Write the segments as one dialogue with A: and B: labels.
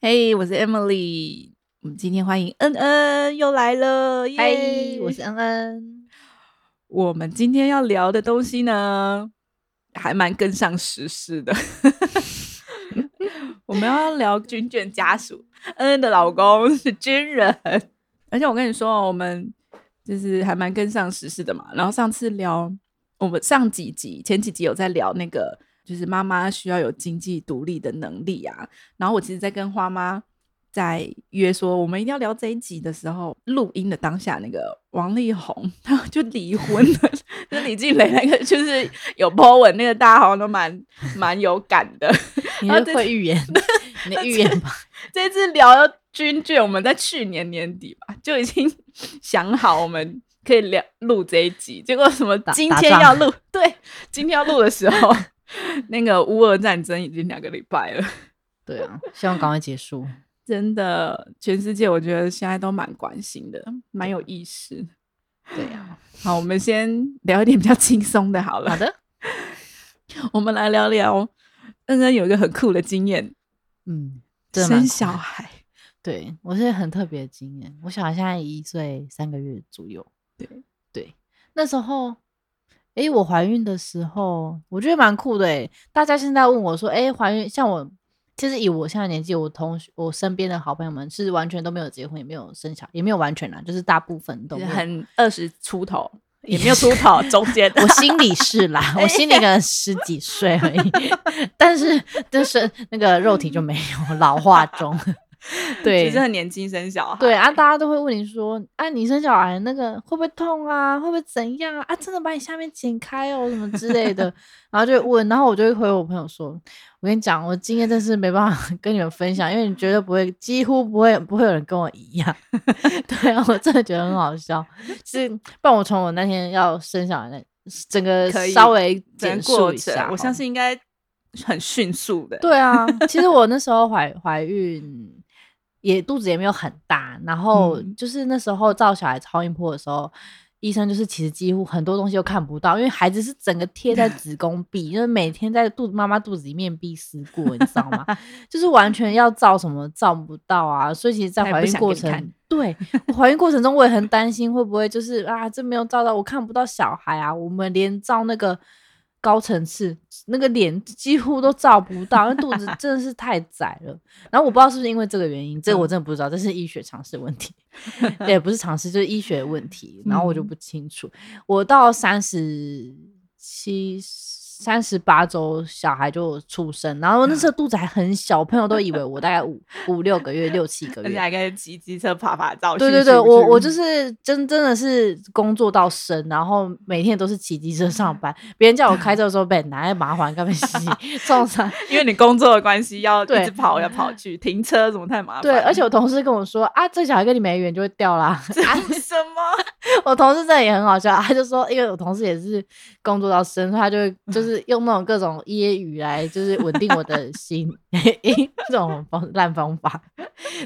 A: 嘿我是 Emily。我们今天欢迎恩恩又来了，
B: 嗨
A: 耶，
B: 我是 恩恩。
A: 我们今天要聊的东西呢，还蛮跟上时事的。我们要聊军眷家属，恩恩的老公是军人，而且我跟你说哦，我们就是还蛮跟上时事的嘛。然后上次聊，我们上几集前几集有在聊那个，就是妈妈需要有经济独立的能力啊。然后我其实，在跟花妈在约说我们一定要聊这一集的时候，录音的当下，那个王力宏他就离婚了， 就李静蕾那个就是有 po 文那个，大家好像都蛮蛮有感的。
B: 你
A: 然后
B: 是
A: 这
B: 会预言， 你的预言吧？
A: 这次聊军眷，我们在去年年底吧就已经 想好我们可以聊录这一集，结果什么
B: 打
A: 今
B: 打
A: 天
B: 仗
A: 要录，对，今天要录的时候，那个乌俄战争已经两个礼拜了，
B: 对啊，希望赶快结束。
A: 真的，全世界我觉得现在都蛮关心的，蛮有意识。
B: 对啊，
A: 好，我们先聊一点比较轻松的， 好了。
B: 好的，
A: 我们来聊聊恩恩有一个很酷的经验，
B: 嗯，真的蛮
A: 生
B: 酷
A: 小
B: 的
A: 孩。
B: 对我是很特别的经验。我小孩现在一岁三个月左右，
A: 对
B: 对，那时候。诶，我怀孕的时候，我觉得蛮酷的诶。大家现在问我说，诶，怀孕像我，其实以我现在的年纪，我同学、我身边的好朋友们是完全都没有结婚，也没有生小，也没有完全啦，就是大部分都
A: 就是
B: 没有
A: 很二十出头，也没有出头，中间
B: 我心里是啦，我心里可能十几岁而已， 但是就是那个肉体就没有老化中。 对
A: 就是很年轻生小孩。
B: 对啊，大家都会问你说，啊，你生小孩那个会不会痛啊？会不会怎样啊？啊，真的把你下面剪开哦，什么之类的，然后就会问，然后我就会回我朋友说，我跟你讲，我经验真是没办法 跟你们分享，因为你绝对不会，几乎不会，不会有人跟我一样。 对啊，我真的觉得很好笑。是，不然我从我那天要生小孩那整个
A: 可以
B: 稍微
A: 整
B: 简
A: 个
B: 述
A: 过
B: 一
A: 程
B: 下，
A: 我
B: 好
A: 相
B: 了
A: 信应该很迅速的。
B: 对啊，其实我那时候怀怀孕，也肚子也没有很大，然后
A: 嗯
B: 就是那时候照小孩超音波的时候，医生就是其实几乎很多东西都看不到，因为孩子是整个贴在子宫壁，就是每天在肚子妈妈肚子里面逼思过，你知道吗？就是完全要照什么照不到啊，所以其实，在
A: 他也不
B: 怀孕
A: 想
B: 过
A: 给你看
B: 程，对我怀孕过程中，我也很担心会不会就是啊，这没有照到，我看不到小孩啊，我们连照那个高层次那个脸几乎都照不到，那肚子真的是太窄了。然后我不知道是不是因为这个原因，这个
A: 嗯
B: 我真的不知道，这是医学常识问题， 也不是常识，就是医学问题。然后我就
A: 嗯
B: 不清楚，我到三十七、三十八周，小孩就出生，然后那
A: 嗯
B: 时候肚子还很小，我朋友都以为我大概 五五六个月、六七个
A: 而且
B: 月。
A: 还跟骑机车啪啪照。
B: 对
A: 咻
B: 对对，
A: 咻
B: 我我
A: 咻
B: 就是真真的是工作到生，然后每天都是骑机车上班。别人叫我开车的时候，被拿来麻 烦，干嘛洗撞上？
A: 因为你工作的关系，要一
B: 对
A: 直跑要跑去，停车怎么太麻烦？
B: 对，而且我啊同事跟我说啊，这小孩跟你没缘就会掉啦。
A: 什么？
B: 我同事真的也很好笑，他就说，因为我同事也是工作到深，所以他就会就是用那种各种揶揄来，就是稳定我的心， 这种方烂方法。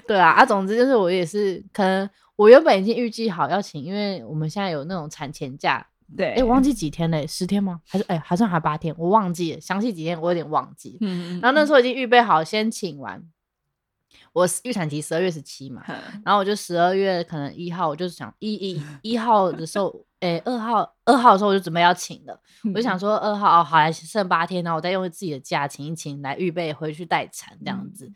B: 对啊，啊，总之就是我也是，可能我原本已经预计好要请，因为我们现在有那种产前假，
A: 对，
B: 哎、我忘记几天嘞，十天吗？还是哎、好像还八天，我忘记了，详细几天我有点忘记。
A: 嗯，嗯
B: 然后那时候已经预备好，先请完。我预产期十二月十七嘛，
A: 嗯
B: 然后我就十二月可能一号，我就想一一一号的时候， 诶、二号二号的时候我就准备要请了，
A: 嗯
B: 我就想说二号、哦、好还剩八天，然后我再用自己的假请一请来预备回去待产这样
A: 嗯
B: 子。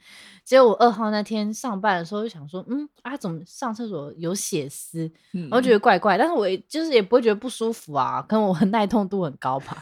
B: 结果我二号那天上班的时候就想说，嗯啊，怎么上厕所有血丝？
A: 嗯
B: 我就觉得怪怪，但是我也就是也不会觉得不舒服啊，可能我很 耐痛度很高吧，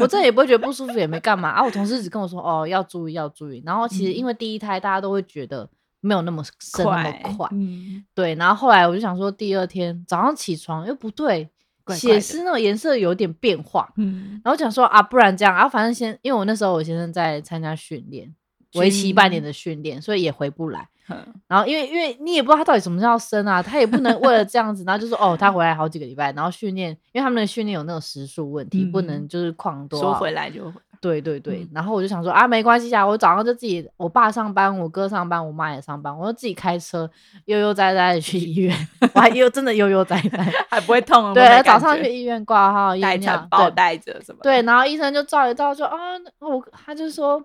B: 我真的也不会觉得不舒服，也没干嘛啊。我同事只跟我说哦要注意要注意，然后其实
A: 嗯
B: 因为第一胎大家都会觉得没有那么深那么快，
A: 嗯
B: 对，然后后来我就想说第二天早上起床又不对，
A: 怪怪
B: 血
A: 的
B: 丝那种颜色有点变化，
A: 嗯，
B: 然后想说啊不然这样啊，反正先因为我那时候我先生在参加训练，为期半年
A: 的，
B: 的训练，所以也回不来。
A: 嗯
B: 然后因为因为你也不知道他到底什么时候要生啊，他也不能为了这样子，然后就说哦，他回来好几个礼拜，然后训练，因为他们的训练有那种时数问题，不
A: 嗯
B: 能就是旷多啊
A: 说
B: 少。
A: 回来就回来
B: 对对对，
A: 嗯
B: 然后我就想说啊，没关系啊，我早上就自己，我爸上班，我哥上班，我妈也上班，我就自己开车悠悠哉哉的去医院，我 还悠真的悠悠哉哉，
A: 还不会痛啊。
B: 对，
A: 没感
B: 早上
A: 觉
B: 去医院挂号，
A: 带
B: 验
A: 产
B: 尿，
A: 包
B: 对
A: 带着什么的？
B: 对，然后医生就照一照，就啊，那我他就说。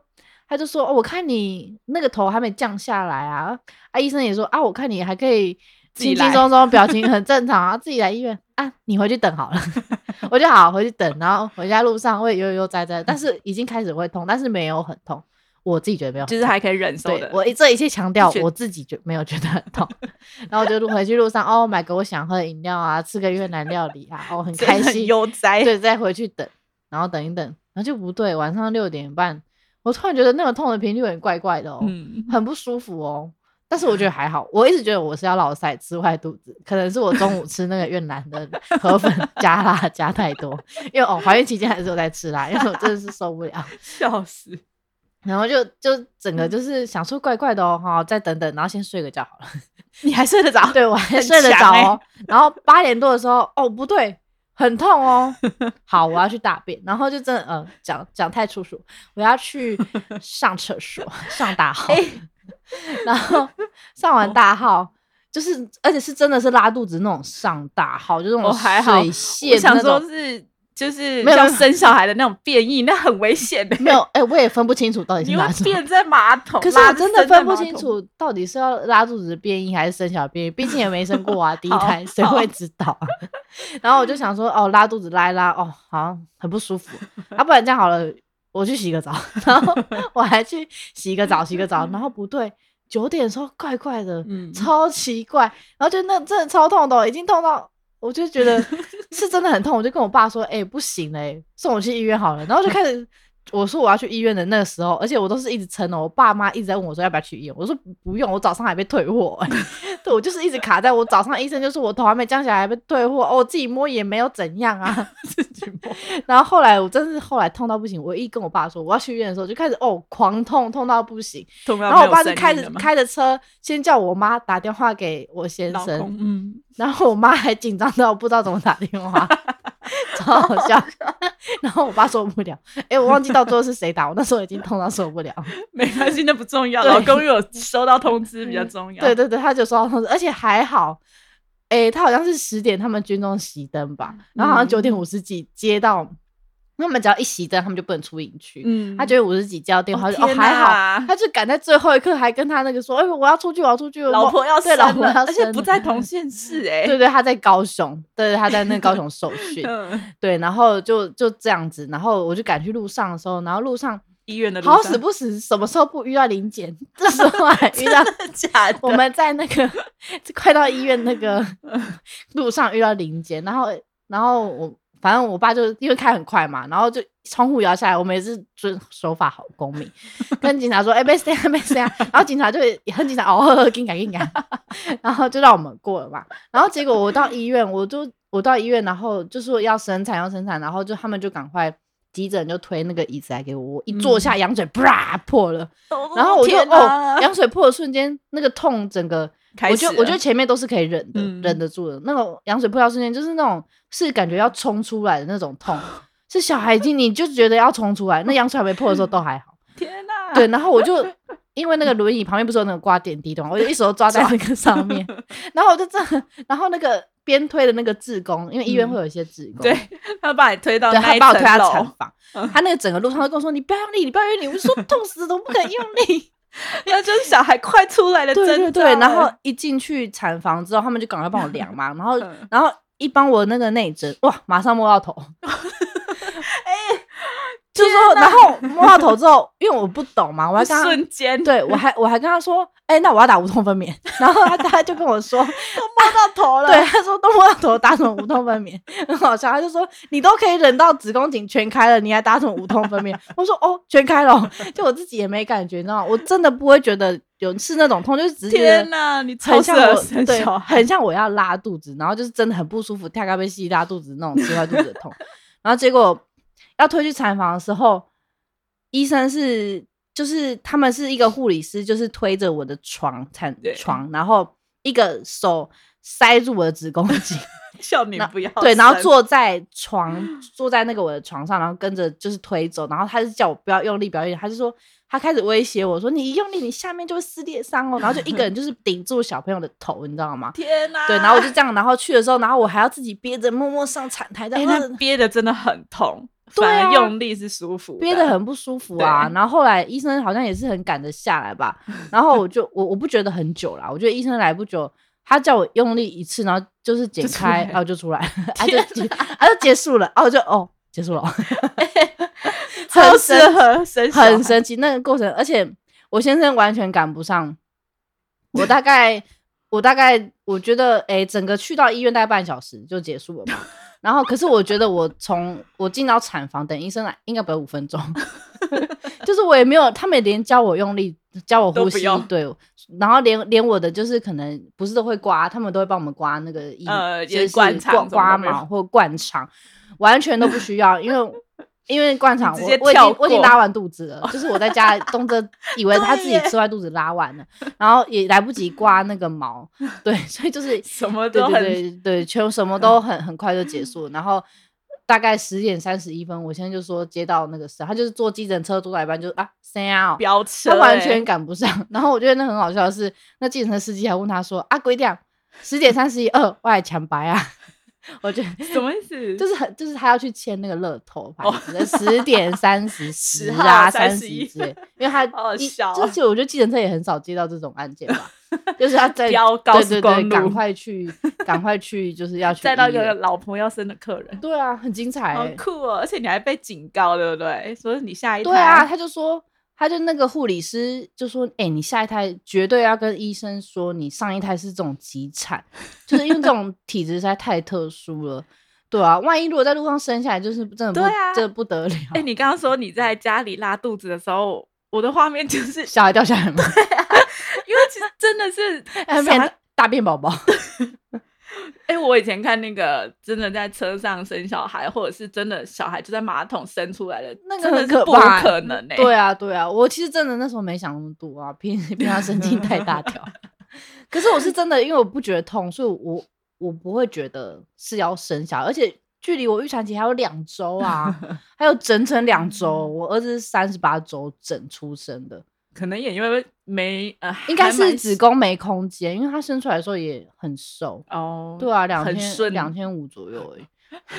B: 他就说、哦我看你那个头还没降下来啊！啊，医生也说啊，我看你还可以
A: 自己
B: 轻轻
A: 来
B: 松松，表情很正常啊，自己来医院啊，你回去等好了。 我就好回去等，然后回家路上会悠悠哉哉，但是已经开始会痛，但是没有很痛，我自己觉得没有很痛，
A: 就是还可以忍受
B: 对
A: 的。
B: 我这一切强调
A: 觉，
B: 我自己觉没有觉得很痛， 然后我就路回去路上哦，买个我想喝的饮料啊，吃个越南料理啊，哦，很
A: 真的
B: 开
A: 很
B: 心，
A: 悠哉，
B: 对，再回去等，然后等一等，然后就不对，晚上六点半，我突然觉得那个痛的频率有点怪怪的哦，
A: 嗯，
B: 很不舒服哦。但是我觉得还好，我一直觉得我是要老塞吃坏肚子，可能是我中午吃那个越南的河粉加辣加太多，因为哦怀孕期间还是有在吃辣，因为我真的是受不了，
A: 笑死。
B: 然后就就整个就是想说怪怪的哦，哈、再等等，然后先睡个觉好了。
A: 你还睡得着？
B: 对我还
A: 很
B: 睡得着
A: 强欸
B: 哦。然后八点多的时候，哦不对，很痛哦。好，我要去大便，然后就真的嗯，讲讲太粗俗，我要去上厕所， 上大号，
A: 哎
B: 然后上完大号。就是，而且是真的是拉肚子那种上大号，就那种
A: 哦还好
B: 水
A: 我
B: 泄的
A: 想
B: 那
A: 说
B: 种。
A: 是就是
B: 没有
A: 像
B: 没有
A: 生小孩的那种变异，那很危险的。
B: 没有，哎、我也分不清楚到底是
A: 你
B: 哪
A: 会
B: 种。
A: 变在马桶，
B: 可是
A: 拉
B: 我
A: 着
B: 真的
A: 伸在
B: 分不
A: 马
B: 清
A: 桶。
B: 楚到底是要拉肚子的变异还是生小便异，毕竟也没生过 啊，第一
A: 好
B: 胎谁
A: 好
B: 会知道啊？ 然后我就想说，哦，拉肚子拉一拉，哦，好像很不舒服，啊，不然这样好了，我去洗个澡，然后我还去洗个澡，洗个澡，然后不对，九点的时候怪怪的，
A: 嗯
B: 超奇怪，然后就那真的超痛的哦、已经痛到。我就觉得是真的很痛，我就跟我爸说：“哎、不行嘞、送我去医院好了。”然后就开始我说我要去医院的那个时候，而且我都是一直撑哦，我爸妈一直在问我说要不要去医院，我说不不用，我早上还被退货、 欸，对我就是一直卡在我早上，医生就说我头还没降下来还被退货，哦，我自己摸也没有怎样啊，
A: 自己摸
B: 然后后来我真是后来痛到不行，我一跟我爸说我要去医院的时候，就开始哦狂痛，痛到不行。
A: 痛到
B: 然后我
A: 没有
B: 爸
A: 声
B: 就
A: 音
B: 开着
A: 了吗
B: 开着车，先叫我妈打电话给我先
A: 老
B: 生
A: 公，，嗯，
B: 然后我妈还紧张到不知道怎么打电话， 超好笑。 然后我爸受不了，哎、我忘记到最后是谁打，我那时候已经痛到受不了。
A: 没关系，那不重要。
B: 对嗯
A: 老公有收到通知比较重要。
B: 对对对，他就说到通知，而且还好，哎、他好像是十点他们军中熄灯吧，然后好像九
A: 嗯
B: 点五十几接到，他们只要一熄灯，他们就不能出营区。
A: 嗯
B: 他九点五十几接到电话，
A: 哦
B: 就哦
A: 天
B: 还好
A: 哪，
B: 他就赶在最后一刻还跟他那个说，哎、我要出去，我要出去，
A: 老婆要
B: 对
A: 生
B: 老婆
A: 了
B: 要
A: 而且
B: 生
A: 不
B: 了
A: 在同县市哎。
B: 对对，他在高雄，对，他在那个高雄受训，
A: 嗯，
B: 对，然后就就这样子，然后我就赶去路上的时候，然后路上
A: 医院的路
B: 好
A: 上
B: 死不死，什么时候不遇到林检，这时候还遇到
A: 假的？
B: 我们在那个快到医院那个路上遇到林姐，然后然后我反正我爸就因为开很快嘛，然后就窗户摇下来，我们也是遵守法好公民，跟警察说：“哎、别这样，别这样。”然后警察就也很警察哦，呵呵，给你赶，给你赶，然后就让我们过了嘛。然后结果我到医院，我就我到医院，然后就说要生产，要生产，然后就他们就赶快。急诊就推那个椅子来给我，我一坐下，羊水啪破了，然后我就
A: 哦天哪
B: 哦，羊水破的瞬间，那个痛整个，
A: 开
B: 我
A: 始
B: 觉得我觉
A: 了
B: 得前面都是可以忍的，
A: 嗯
B: 忍得住的。那种羊水破掉瞬间，就是那种是感觉要冲出来的那种 痛，是小孩已经你就觉得要冲出来，那羊水还没破的时候 都还好。
A: 天哪，
B: 对，然后我就因为那个轮椅旁边不是有那个挂点滴的嘛，我就一手抓在那个上面，然后我就这样，然后那个边推的那个志工，因为医院
A: 嗯
B: 会有一些志工，
A: 对，他把你推到
B: 对
A: 那
B: 他
A: 一
B: 把我推
A: 层嗯
B: 到产
A: 楼，
B: 房，他那个整个路上都跟我说：“你不要用力，你不要用力。”我就说：“痛死了，怎么不肯用力？”
A: 那就是小孩快出 来的征
B: 对
A: 兆。
B: 对对，然后一进去产房之后，他们就赶 快帮我量嘛，然后
A: 嗯
B: 然后一帮我那个内诊，哇，马上摸 到头，哎、
A: 哎
B: 就说然后摸到头之后，因为我不懂嘛，我还跟他
A: 瞬间
B: 对我还我还跟他说，哎、那我要打无痛分娩， 然后他他就跟 我说，
A: 都摸到头了，
B: 对，他说都摸到头打什么无痛分娩， 很好笑。他就说你都可以忍到子宫颈全开了，你还打什么无痛分娩？ 我说哦，全开了哦， 就我自己也没感觉，你知道吗？我真的不会觉得有是那种痛，就是直接
A: 天。哪，你超
B: 很
A: 适
B: 像
A: 合
B: 我
A: 生
B: 对
A: 小，孩，
B: 很像我要拉肚子，然后就是真的很不舒服，跳开被吸拉肚子那种吃坏肚子的 痛，然后结果要推去产房的时候，医生是就是他们是一个护理师，就是推着我的床产
A: 对
B: 床，然后一个手塞住我的子宫颈，
A: 叫你
B: 那
A: 不要
B: 对，然后
A: 生
B: 坐在床，坐在那个我的床上，然后跟着就是推走，然后他是叫我不要用力，不要用力，他就说他开始威胁我说你一用力，你下面就会撕裂伤哦，然后就一个 人就是顶住小朋友的头，你知道吗？
A: 天哪、
B: 对，然后我就这样，然后去的时候，然后我还要自己憋着，默默上嗯产台，然
A: 哎、
B: 后
A: 那 憋的真的很痛，
B: 对
A: 反而
B: 啊
A: 用力是舒服，
B: 憋得。很不舒服啊。
A: 对
B: 然后后来医生好像也是很赶得下来 吧，然后我就我我不觉得很久啦，我觉得医生来不久，他叫我用力一次，然后就是解
A: 就出来
B: 开，然后 就出来，啊就结啊就结束了，啊我就哦 结束了，
A: 超
B: 很
A: 适
B: 神
A: 合生小
B: 很
A: 孩
B: 神奇那个过程，而且我先生完全赶不上，我大概我大概我觉得诶，整个去到医院大概半小时就结束了 嘛。然后可是我觉得我从我进到产房等医生来应该不会五分钟， 就是我也没有，他们也连教我用力。教我
A: 都
B: 呼
A: 不
B: 吸
A: 用，
B: 对，然后连连我的就是可能不是都会刮，他们都会帮我们刮那个疫
A: 呃
B: 就
A: 也
B: 是
A: 灌肠
B: 刮
A: 什么
B: 刮
A: 都没有
B: 毛或灌肠，完全都不需要，因为因为 灌肠
A: 直
B: 我
A: 接
B: 我已
A: 跳
B: 经我已经
A: 过
B: 拉完肚子了，就是我 在家东哥以为他自己吃完肚子拉完了，然后也来不及刮那 个毛，对，所以就是
A: 什么
B: 对
A: 都
B: 对
A: 很
B: 对对，全什么都很很快就结束了，然后。大概十点三十一分，我现在就说接到那个事，他就是坐计程车坐到一半就啊，谁啊？
A: 飙车、
B: 他
A: 欸，
B: 完全赶不上。然后我觉得那很好笑的是，那计程车司机还问他说：“啊，鬼点十点三十一二，外抢白啊？” 我觉得
A: 什么意思？
B: 就是是很就是他要去签那个乐透牌
A: 哦
B: 子，十点 三十十
A: 号
B: 啊三十
A: 31
B: 之类，因为他
A: 好好
B: 一
A: 笑
B: 就
A: 哦
B: 是我觉得计程车也很少接到这种案件吧，就是他 在
A: 飙高
B: 对
A: 速
B: 对
A: 公
B: 对，
A: 路，
B: 赶快去赶快去，就是 要去
A: 载到
B: 医
A: 一个
B: 院
A: 老婆要生的客人，
B: 对啊，很精彩、
A: 好
B: 欸，
A: 酷哦！而且你还被警告，对不对？所以你下一
B: 对啊，
A: 胎
B: 他就说，他就那个护理师就说，哎、你下一胎绝对要跟医生说，你上一胎是这种急产，就是因为这种体质实在太特殊了。对啊，万一如果在路上生下来，就是真的不，
A: 对啊
B: 这不得了，
A: 哎、你刚刚说你在家里拉肚子的时候，我的画面就是，
B: 小孩掉下来嘛，
A: 因为其实真的 是
B: 哎
A: 小孩
B: 变大便宝宝，
A: 哎、我以前看那个真的在车上生小孩，或者是真的小孩就在马桶生出来的，
B: 那个
A: 真的
B: 很
A: 是
B: 可
A: 不
B: 怕
A: 可能欸呢、
B: 对啊，对啊，我其实真的那时候没想那么 多啊，偏偏他神经太大条。可是我是真的，因为我不觉得痛，所以我我不会觉得是要生小孩，而且距离我预产期还有两周 啊，还有整整两周。
A: 嗯
B: 我儿子是三十八周整出生的，
A: 可能也因为没呃，
B: 应该
A: 还蛮
B: 是子宫没空间，因为他生出来的时候也很瘦。
A: 哦，
B: 对啊，两
A: 很
B: 千
A: 顺
B: 两千五左右而已。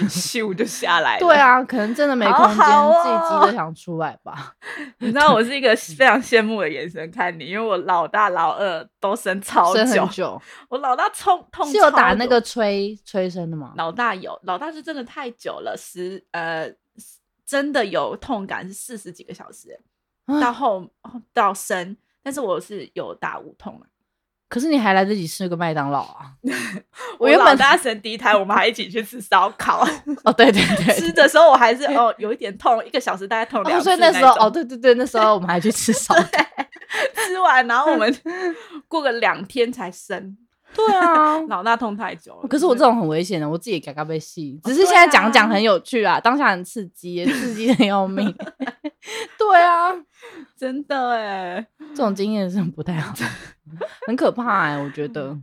A: 咻就下来了。
B: 对，啊，可能真的没
A: 好
B: 空间，
A: 好
B: 自己急
A: 哦
B: 着想出来吧。
A: 你知道我是一 个非常羡慕的眼神看你，因为我老大、老二都生超
B: 生
A: 久
B: 很，久，
A: 我老大痛痛
B: 是有打
A: 超
B: 那
A: 久
B: 个催催生的吗？
A: 老大有，老大是真的太久了，十呃真的有痛感是四十几个小时，欸
B: 啊
A: 到后哦到生，但是我是有打无痛啊。
B: 可是你还来得及吃个麦当劳啊？
A: 我
B: 原
A: 老
B: 本
A: 大生第一胎，我们还一起去吃烧烤。
B: 哦，对 对对，
A: 吃的时候我还是哦有一点痛，一个小时大概痛两
B: 哦，
A: 次
B: 所以
A: 那
B: 那时候
A: 种
B: 哦，对对对，那时候我们还去吃 烧烤。
A: 吃完，然后我 们过个两天才生，
B: 对啊
A: 老大痛太久了。
B: 哦可是我这
A: 真的
B: 种很危险的，我自己也嘎嘎被戏，只是
A: 对
B: 现在讲讲
A: 啊
B: 很有趣啊，当下很刺 激耶，刺激的要 命。对啊，
A: 真的哎，
B: 这种经验是不太好，很可怕哎，我觉得。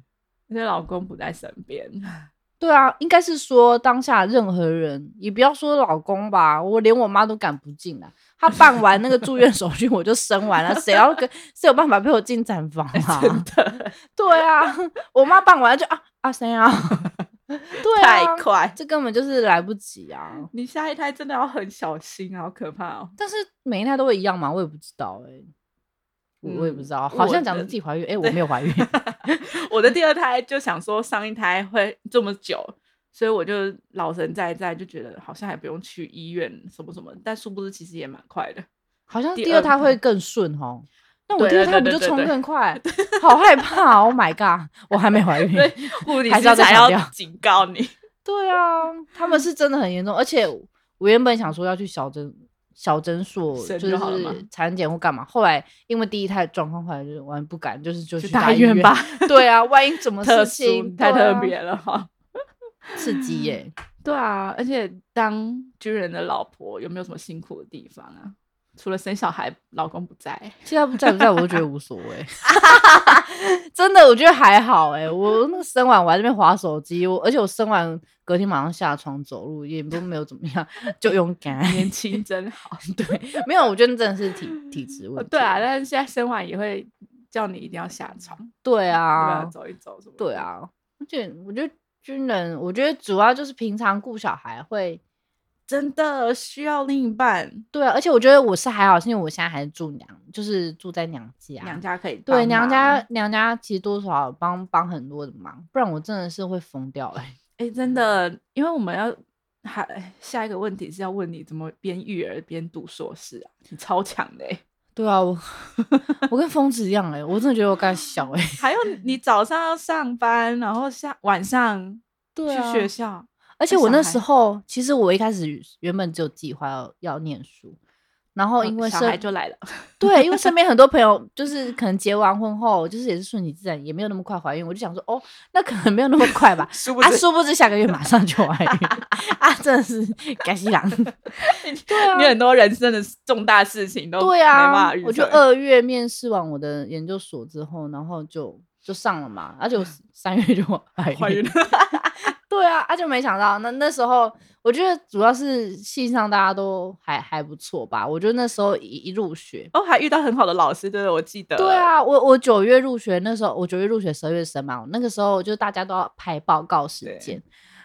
A: 而且老公不在身 边，
B: 对啊，应该是说当下任何人，也不要说老公吧，我连我妈都赶不进来。她办完那个住院手续，我就生完了，谁要跟谁有办法陪我进产房啊？
A: 真的
B: 对啊， 我妈办完就啊啊谁啊？ 对
A: 太
B: 啊，
A: 快。
B: 这根本就是来不及啊！
A: 你下一胎真的要很小心啊，好可怕哦！
B: 但是每一胎都会一样吗？我也不知道哎、我我也不知道，
A: 嗯
B: 好像
A: 我
B: 讲
A: 的
B: 自己怀孕，哎、我没有怀孕。
A: 我的第二胎就想说上一胎会这么久，所以我就老神在在，就觉得好像还不用去医院什么什么，但殊不知其实也蛮快的。
B: 好像
A: 第
B: 第二
A: 二
B: 胎
A: 胎
B: 会更顺哦。那我
A: 对
B: 第二
A: 对
B: 胎不
A: 对
B: 就
A: 对对
B: 冲
A: 对
B: 更快？ 好害怕！Oh my god，我还没怀孕。
A: 对护理
B: 还
A: 师
B: 是要再
A: 才
B: 强
A: 要
B: 调
A: 警告你，
B: 对啊，他们是真的很严重，而且我原本想说要去小诊小诊所，
A: 省
B: 就
A: 就好了嘛
B: 是产检或干嘛，后来因为第一胎状况，后来就完全不敢，就是就去
A: 大
B: 医院
A: 吧。，
B: 对啊，万一怎么
A: 特
B: 事
A: 殊
B: 情
A: 太
B: 对
A: 特
B: 啊
A: 别了哈。
B: 刺激耶、
A: 对啊，而且当军人的老婆有没有什么辛苦的地方啊？除了生小孩，老公不在，
B: 其实他不在不在，我都觉得无所谓。真的，我觉得还好哎、我那个生完我还在那边划手机，我而且我生完隔天马上下床走路，也都没有怎么样， 就勇敢。
A: 年轻真好。
B: 对，没有，我觉得那真的是体体质问题。
A: 对啊，，但是现在生完也会叫你一定要下床，
B: 对
A: 要不要
B: 啊，
A: 走一走什么？
B: 对，啊。而且我觉得军人，我觉得主要就是平常顾小孩会，
A: 真的需要另一半，
B: 对啊。而且我觉得我是还好，是因为我现在还是住娘，就是住在娘家。
A: 娘家可以帮
B: 对
A: 忙
B: 娘家，娘家其实多多少少帮帮很多的忙，不然我真的是会疯掉哎、
A: 哎、真的，因为我们要还哎下一个问题是要问你怎么边育儿边读硕士啊？你超强的、欸，
B: 对啊，我 我跟疯子一样哎、我真的觉得我干小哎、
A: 还有你早上要上班，然后下晚上去
B: 对啊
A: 学校，
B: 而且
A: 带
B: 我
A: 小
B: 那
A: 孩
B: 时候其实我一开始原本只有计划要要念书，然
A: 然
B: 后哦因
A: 后
B: 为
A: 哦小
B: 身
A: 孩就来 了，。
B: 对，因为身边很多朋友就是可能结完婚后，就是也是顺其自然，也没有那么快怀孕。我就想说，哦，那可能没有那么快吧
A: 殊不
B: 啊，
A: 知、
B: 殊 不知下个月马上就怀 孕啊！真的是 该西郎，对啊
A: 你，很多人生的重大事情都
B: 对
A: 没办
B: 啊
A: 法预，测
B: 我就二月面试完我的研究所之后，然后就就上了嘛， 而且我三月就怀
A: 怀孕
B: 孕
A: 了，
B: 对啊，啊就没想到那那时候，我觉得主要是系上大家都还还不错吧。我觉得那时候一一入学，
A: 哦，还遇到很好的老师，对不对？我记得，
B: 对，啊，我我九月入学那时候，我九月入学十二月生嘛，那个时候就大家都要排报告时
A: 对
B: 间，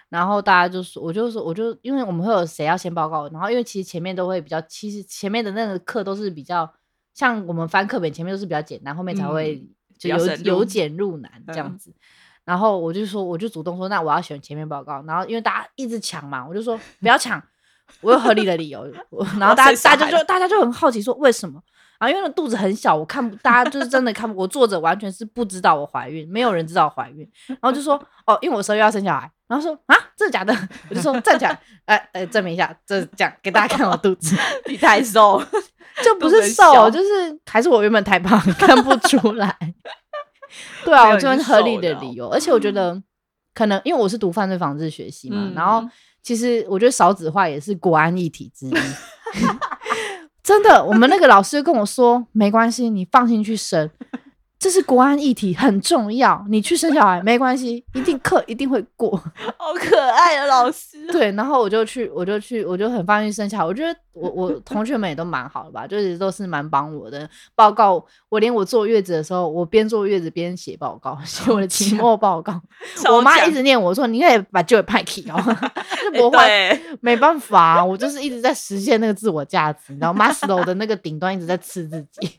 B: 然后大家就说，我就说，我就因为我们会有谁要先报告，然后因为其实前面都会比较，其实前面的那个课都是比较像我们翻课本前面都是比较简单，后面才会
A: 嗯比
B: 就
A: 较
B: 由
A: 深入
B: 由简入难这样
A: 嗯
B: 子。然后我就说，我就主动说，那我要选前面报告。然后因为大家一直抢嘛，我就说不要抢，我有合理的 理由。我然后
A: 要
B: 大
A: 生
B: 家
A: 小
B: 大家
A: 孩
B: 就大家就很好奇说为什么？然后因为那肚子很小，我看不，大家就是真的看不，我坐着完全是不知道我怀孕，没有人知道我怀孕。然后就说哦，因为我十二月要生小孩。然后说啊，真的假 的？我就说站起来，哎、呃、哎，证明一下，这这样给大家看我肚 子，
A: 你太瘦，
B: 就不
A: 肚子
B: 是
A: 很
B: 瘦，
A: 小
B: 就是还是我原本太胖，看不出 来。对
A: 没
B: 啊，
A: 有
B: 我就
A: 你
B: 很
A: 是
B: 合理
A: 瘦
B: 的
A: 的
B: 理
A: 哦
B: 由，而且我觉得可能因为我是读犯罪防治学系嘛，
A: 嗯
B: 然后其实我觉得少子化也是国安议题之一。 真的，我们那个老师跟我说，没关系，你放心去生，这是国安议题很重要，你去生小孩没关系，一定课一定会过。
A: 好可爱的老师哦，
B: 对，然后我就去，我就去，我就很放心生小孩。我觉得我 我同学们也都蛮好的吧，就是都是蛮帮我的。报告，我连我坐月子的时候，我边坐月子边写报告，写我的期
A: 强
B: 末报告。
A: 哦啊超
B: 我妈
A: 强
B: 一直念我说：“你可以把旧的派去哦。” 就不会，
A: 哎 对
B: 没办法啊、我就是一直在实现那个自我价值，然后 Maslow 的那个顶端一直在刺自己。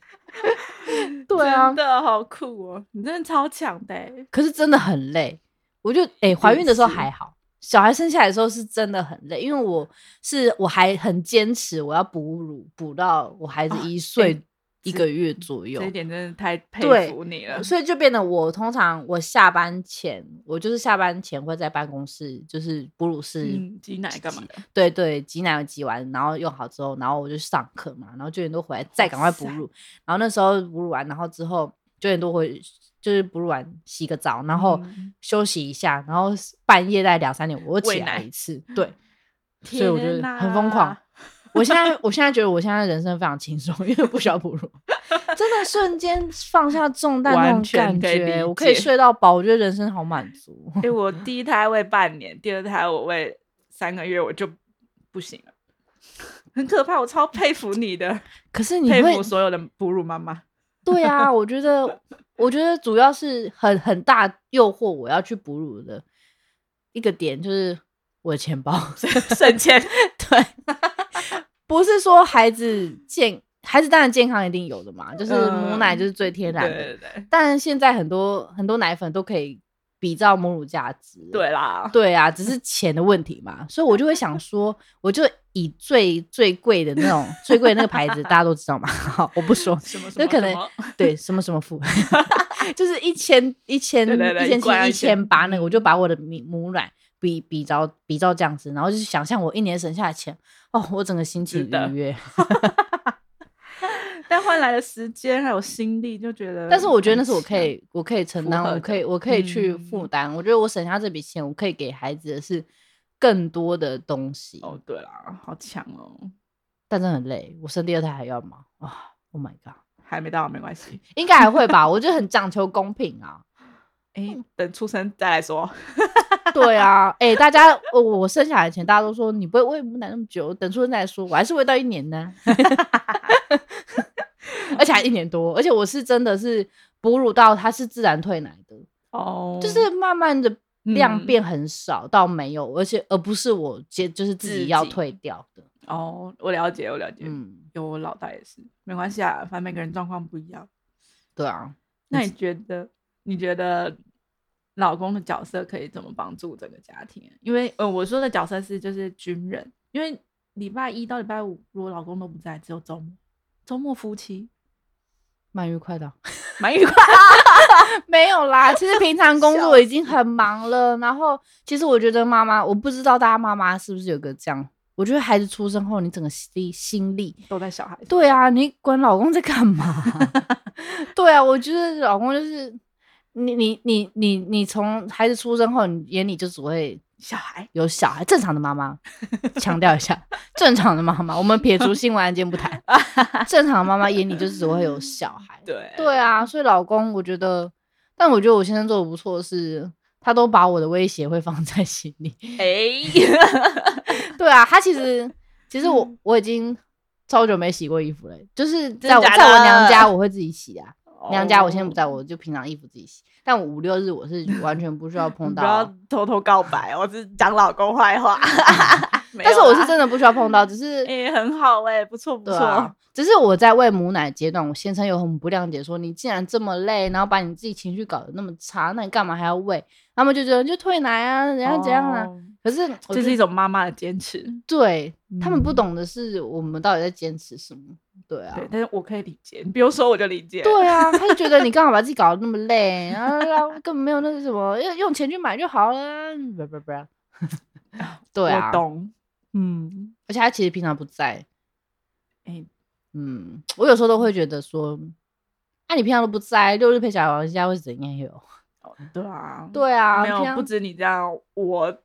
B: 对啊
A: 真，的好酷哦，你真的超强的欸，
B: 可是真的很累。我就哎，怀、
A: 定
B: 孕的时候
A: 是
B: 还好，小孩生下来的时候是真的很累，因为我是我还很坚持我要哺乳，哺到我孩子
A: 哦
B: 一岁
A: 诶
B: 一
A: 这
B: 个月左右。
A: 这一点啊真的太
B: 对
A: 佩服你了。
B: 所以就变得我通常我下班前，我就是下班前会在办公室，就是哺乳室
A: 嗯，挤奶干嘛的？
B: 对对，挤奶挤完，然后用好之后，然后我就去上课嘛，然后九点多回来再赶快哺
A: 塞
B: 乳，然后那时候哺乳完，然后之后九点多回就是哺乳完洗个澡，然后
A: 嗯
B: 休息一下，然后半夜在两三点我又
A: 喂
B: 起来
A: 奶
B: 一次，对，所以我觉
A: 天
B: 得很疯狂
A: 哪。
B: 我现在我现在觉得我现在人生非常轻松，因为不需要哺乳， 真的瞬间放下重担那
A: 完
B: 种
A: 全
B: 感
A: 可以
B: 觉，
A: 理
B: 我可以
A: 解
B: 睡到饱，我觉得人生好满足。
A: 哎、我第一胎喂半年，第二胎我喂三个月，我就不行了，很可怕。我超佩服你的，
B: 可 是你
A: 佩
B: 会
A: 服所有的哺乳妈妈。
B: 对啊，我觉得，我觉得主要是很很大诱惑我要去哺乳的一个点，就是我的钱包。
A: 省钱，
B: 对，不是说孩子健，孩子当然健康一定有的嘛，就是母奶
A: 嗯
B: 就是最 天
A: 对
B: 然的。
A: 对对
B: 但现在很多很多奶粉都可以比照母乳价值。
A: 对啦，
B: 对啊，只是钱的问题嘛，所以我就会想说，我就以最最贵的那种最贵的那个牌子，大家都知道嘛，好，我不说，
A: 什么什
B: 那
A: 么
B: 可
A: 什
B: 能
A: 么
B: 对什么什么 付，就是一千一千
A: 对对对
B: 一千
A: 一罐
B: 七
A: 要
B: 一
A: 一
B: 千
A: 千
B: 八那个，我就把我的母母奶比比照比照这样子，然后就是想象我一年省下的钱，哦，我整个心情
A: 值得
B: 愉悦。
A: 但换来的时间还有心力，就觉得。
B: 但是我觉得那是我可，以我可以承
A: 符
B: 担，
A: 合
B: 我
A: 的嗯
B: 可以我可以去负担。我觉得我省下这笔钱，我可以给孩子的是更多的东西，
A: 哦，对啦，好强哦，
B: 但真的很累。我生第二胎还要忙啊、o h my god！
A: 还没到没关系，
B: 应该还会吧，我就很讲求公平啊。
A: 哎、等出生再来说。
B: 对啊，哎、大家，我我生小孩前，大家都说你不会喂母奶那么久，等出生再来说。我还是喂到一年呢， 而且还一年多，而且我是真的是哺乳到它是自然退奶的，
A: 哦
B: 就是慢慢的量
A: 嗯
B: 变很少到没有，而且而不是我接就是自
A: 自
B: 己要
A: 己
B: 退掉的，
A: 哦，我了解，我了解。
B: 嗯，
A: 有我老大也是，没关系啊，反正每个人状况不一样。
B: 对啊，
A: 那你觉得？你觉得老公的角色可以怎么帮助整个家庭啊？因为呃，我说的角色是就是军人，因为礼拜一到礼拜五，如果老公都不在，只有周末，周末夫妻
B: 蛮愉快的啊。
A: 蛮愉快。
B: 没有啦，其实平常工
A: 笑
B: 作已经很忙了，然后其实我觉得妈妈，我不知道大家妈妈是不是有个这样，我觉得孩子出生后，你整个心力心力，
A: 都在小孩身上。
B: 对啊，你管老公在干嘛？对啊，我觉得老公就是你你你你你从孩子出生后，你眼里就只会
A: 小孩，
B: 有小孩，正常的妈妈，强调一下，正常的妈妈，我们撇除新闻案件不谈，正常的妈妈眼里就只会有小孩，
A: 对
B: 对啊，所以老公，我觉得，但我觉得我先生做的不错的是，他都把我的威胁会放 在心里。
A: 对，哎，
B: 对啊，他其实其实我我已经超久没洗过衣服了欸，就是
A: 嗯
B: 在
A: 真
B: 我
A: 假
B: 在我娘
A: 的哦
B: 家我会自己洗啊，娘家我现 在不在，我就平常衣服自己洗，但我五六日我是完全不需要
A: 你
B: 碰
A: 不要
B: 到，啊
A: 偷偷告白，我是讲老公坏 话。没有
B: 但是我是
A: 啦，
B: 真的不需要碰到，只是
A: 哎，很好哎，不错不
B: 对啊
A: 错，，
B: 只是我在喂母奶阶段，我先生有很不谅解，说你既然这么累，然后把你自己情绪搞得那么差，那你干嘛还要喂？他们就觉得你就退奶啊，怎样怎样啊。
A: 哦
B: 可是我
A: 这
B: 觉
A: 是一
B: 得
A: 种妈妈的坚持，
B: 对、他们不
A: 嗯
B: 懂的是，我们到底在坚持什么？对啊
A: 对，，但是我可以理解，你不用说我就理解。
B: 对啊，他就觉得你干嘛把自己搞得那么累， 然后然后根本没有那个什么，用用钱去买就好了啊，不不不， 对啊
A: 我，懂，嗯，
B: 而且他其实平常不在，
A: 哎，
B: 嗯，我有时候都会觉得说，啊，你平常都不在，六日陪小孩玩一下会怎样有？
A: 哦对啊，
B: 对啊，
A: 没
B: 平
A: 有，
B: 常
A: 不止你这样，我。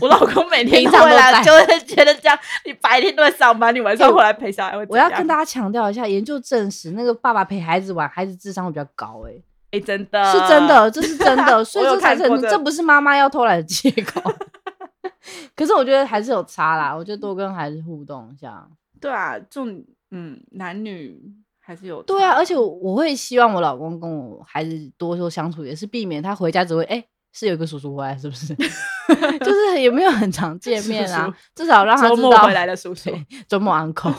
A: 我老公 每天
B: 平
A: 回
B: 常都
A: 来
B: 在
A: 就会觉得这样，你白天都在上班，你晚上回来陪小孩会怎
B: 我要
A: 样。
B: 跟大家强调一下，研究证实，那个爸爸陪孩子玩，孩子智商会比较高、欸，
A: 哎、真的
B: 是真的，这是真 的，所以
A: 我有
B: 这才
A: 看
B: 是
A: 过
B: 这不是妈妈要偷懒的借 口。 可是我觉得还是有差啦，我觉得多跟孩子互动一下。
A: 对啊，重嗯，男女还是有
B: 对啊，
A: 差
B: 而且我我会希望我老公跟我孩子多多相处，也是避免他回家只会哎、是有一个叔叔回来，是 不是？就是也没有很常见面啊，
A: 叔叔
B: 至少让他
A: 周
B: 知
A: 末
B: 道
A: 回来的叔叔，
B: 对周 末 uncle，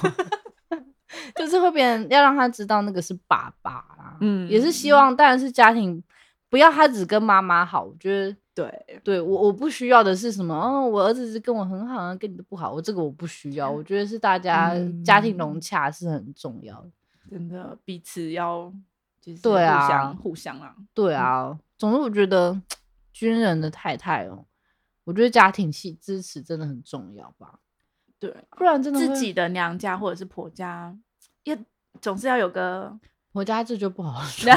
B: 就是会变成要让他知道那个是爸爸啦。
A: 嗯
B: 也是希望，当然是家庭不要他只跟妈妈好。我觉得
A: 对，
B: 对我我不需要的是什么？哦，我儿子是跟我很好啊，跟你的不好，我这个我不需 要。我觉得是大家家庭融
A: 嗯
B: 洽是很重要的。
A: 真的彼此要就是
B: 对啊
A: 互相互相啊，
B: 对啊，总之我觉得军人的太太哦，我觉得家庭系支持真的很重要吧，
A: 对，
B: 不然真的
A: 自
B: 会
A: 己的娘家或者是婆家，也总是要有个
B: 我家这就不好说，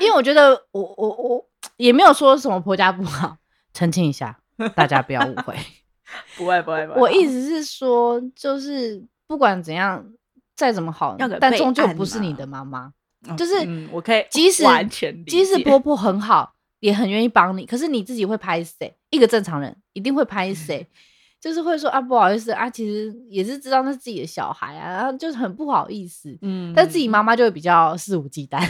B: 因为我觉得我我我也没有说什么婆家不好，澄清一下，大家不要误 会。
A: 不会不会不会，
B: 我意
A: 直
B: 思是说，就是不管怎样，再怎么好
A: 要给，
B: 但
A: 备
B: 终究
A: 案
B: 不是
A: 嘛
B: 你的妈妈。就是
A: 嗯，我可以
B: 即使
A: 完全理
B: 即使
A: 解
B: 婆婆很好，也很愿意帮你，可是你自己会拍谁？一个正常人一定会拍谁？就是会说啊，不好意思啊，其实也是知道那是自己的小孩啊，然后就是很不好意思。
A: 嗯
B: 但自己妈妈就会比较肆无 忌惮，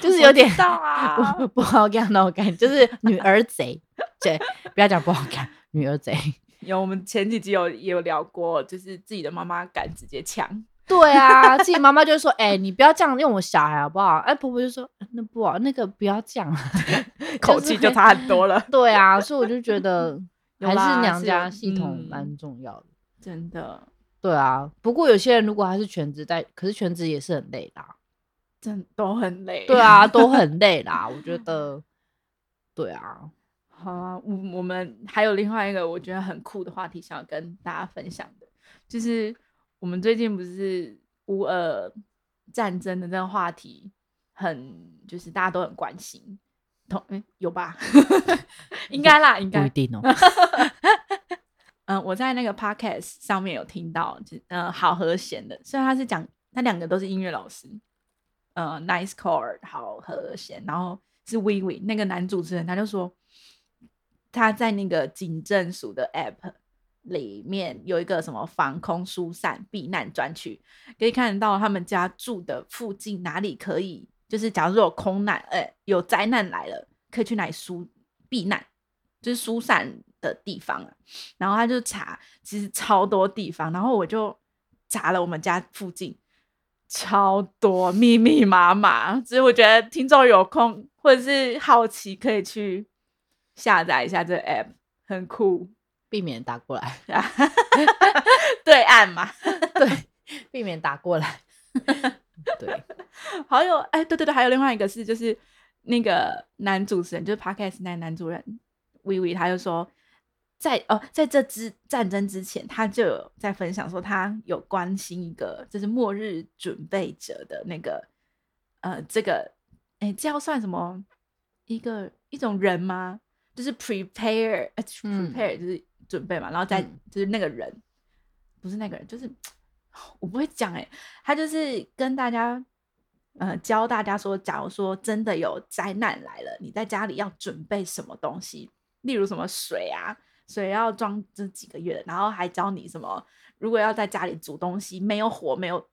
B: 就是有点
A: 我知道啊
B: 不不好看，那我看就是女儿贼，对，不要讲不好看，女儿贼。
A: 有我们前几集有也有聊过，就是自己的妈妈敢直接抢，
B: 对啊，自己妈妈就 会说：“哎、你不要这样用我小孩好不好？”哎、婆婆就说：“那不好，那个不要这样。。
A: 口气就差很多了”
B: 对啊，所以我就觉 得
A: 有
B: 还
A: 啦
B: 是娘
A: 是
B: 家
A: 有
B: 系统
A: 嗯
B: 蛮重要的。
A: 真的，
B: 对啊，不过有些人如果他是全职在，可是全职也是很累 啦。
A: 真都很累。
B: 对，啊，都很累啦。我觉得，对啊，
A: 好啊，我我们还有另外一个我觉得很酷的话题，想要跟大家分享的，就是我们最近不是乌俄战争的这个话题很，就是大家都很关心。同诶有吧？ 应该啦，应
B: 不
A: 该
B: 一定哦、
A: 嗯，我在那个 podcast 上面有听到，就嗯、呃，好和弦的，虽然他是讲他两个都是音乐老师，嗯、呃 nice core 好和弦，然后是 v i v i 那个男主持人，他就说他在那个警政署的 app 里面有一个什么防空疏散避难专区，可以看得到他们家住的附近哪里可以，就是假如说有空难，呃、有灾难来了，可以去哪里疏避难，就是疏散的地方啊。然后他就查，其实超多地方，然后我就查了我们家附近超多密密麻麻，所以我觉得听众有空或者是好奇可以去下载一下这个 app，很酷。
B: 避免打过来，
A: 对岸嘛，
B: 对，避免打过 来，对，
A: 好有哎，对对对，还有另外一个是就是那个男主持人，就是 podcast 那个男主人 v i 他就说在哦，在这支战争之前，他就有在分享说他有关心一个就是末日准备者的那个呃这个哎，这要算什么一个一种人吗？就是 prepare 呃
B: 嗯
A: prepare、就是准备嘛，然后再、
B: 嗯
A: 就是那个人不是那个人，就是我不会讲哎、他就是跟大家呃教大家说，假如说真的有灾难来了，你在家里要准备什么东西，例如什么水啊，水要装这几个月的，然后还教你什么，如果要在家里煮东西，没有火、没有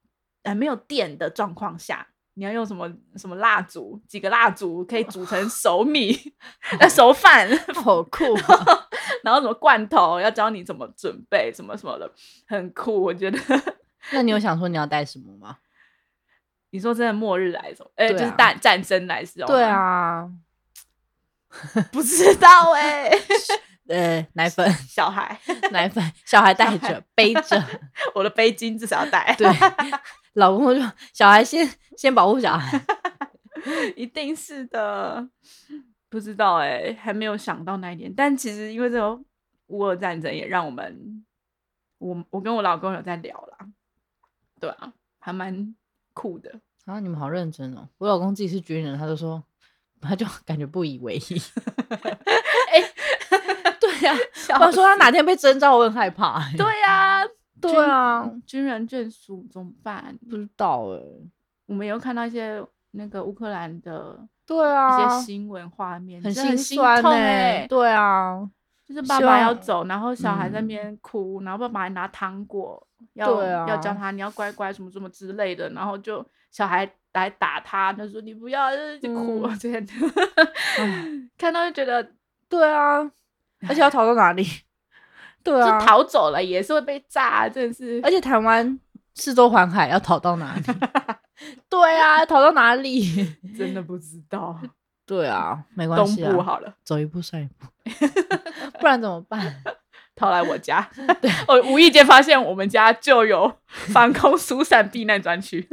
A: 呃没有电的状况下。你要用什么什么蜡烛？几个蜡烛可以煮成熟米、 呃熟饭？
B: 好酷 啊
A: 然后什么罐头，要教你怎么准备，什么什么的，很酷。我觉得
B: 那你有想说你要带什么吗？
A: 你说真的，末日来的时候，哎、
B: 对啊
A: 就是战战争来的时候，
B: 对，啊，
A: 不知道哎、
B: 呃，奶粉，
A: 小孩，
B: 奶粉，小孩带着背 着，
A: 我的背巾至少要带，
B: 对， 老公就说小孩先先保护小孩，
A: 一定是的。不知道哎、还没有想到那一点。但其实因为这种乌俄战争，也让我们，我我跟我老公有在聊啦，对啊，还蛮酷的。
B: 啊，你们好认真哦！我老公自己是军人，他就说， 他就感觉不以为意。 哎、 对啊呀、
A: 笑
B: 他说他哪天被征召，我很害怕、欸。
A: 对呀、啊，
B: 对啊，
A: 军人眷属怎么办？
B: 不知道哎、
A: 我们有看到一些那个乌克兰的
B: 对
A: 一
B: 啊
A: 些，新闻画面，
B: 很
A: 真的很
B: 心
A: 心
B: 酸
A: 痛
B: 欸
A: 欸
B: 对 啊，
A: 就是爸
B: 希
A: 爸要
B: 望
A: 走，然后小孩在那
B: 嗯
A: 边哭，然后爸爸还拿糖果要、
B: 对啊
A: 要教他你要乖乖什么什么之类的，然后就小孩来打他，他说你不要，呃就是就哭了
B: 嗯
A: 这些的，
B: 唉
A: 看到就觉得
B: 对啊， 而且要逃到哪里？对
A: 就
B: 啊，
A: 逃走了也是会被炸，真的是
B: 而且台湾四周环海，要逃到哪里？ 对啊，逃到哪里？
A: 真的不知道。
B: 对啊，没关
A: 东
B: 系
A: 部
B: 啊，
A: 好了，
B: 走一步算一 步，不然怎么办？
A: 逃来我家， 我无意间发现我们家就有 防空疏散避难专区，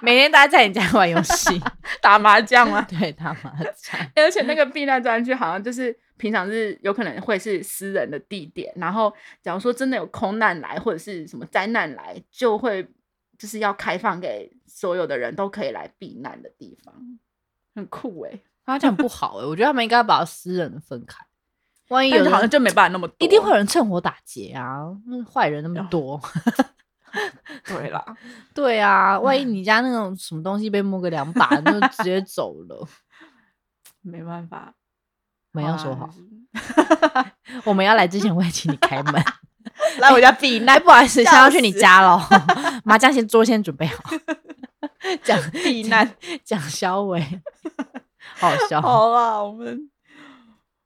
B: 每天待在你家玩游戏，
A: 打麻将吗？
B: 对打麻将，
A: 而且那个避难专区好像就是平常是有可能会是私人的地点，然后假如说真的有空难来或者是什么灾难来，就会就是要开放给所有的人都可以来避难的地方，很酷哎、
B: 他这样不好哎、我觉得他们应该把私人的分开，万一有
A: 但是好像
B: 人
A: 就没办法那么多，
B: 一定会有人趁火打劫啊，那坏人那么多，
A: 对啦，
B: 对啊，万一你家那种什么东西被摸个两把，那就直接走了。
A: 没办 法，
B: 我们要说好
A: 啊，，
B: 我们要来之前我会请你开门。
A: 来我家避
B: 哎，
A: 难
B: 不好意思，
A: 笑
B: 先要去你
A: 死
B: 家了，麻将先桌先准备好。讲
A: 避难，
B: 讲小伟，好好笑。
A: 好啦，我们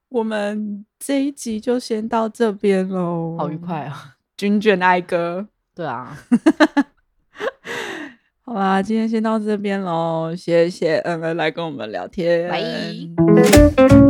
A: 我们这一集就先到这边喽，
B: 好愉快，啊！
A: 军卷哀歌。
B: 对啊，
A: 好啦，呃今天先到这边喽，谢谢恩恩来跟我们聊天，
B: 拜。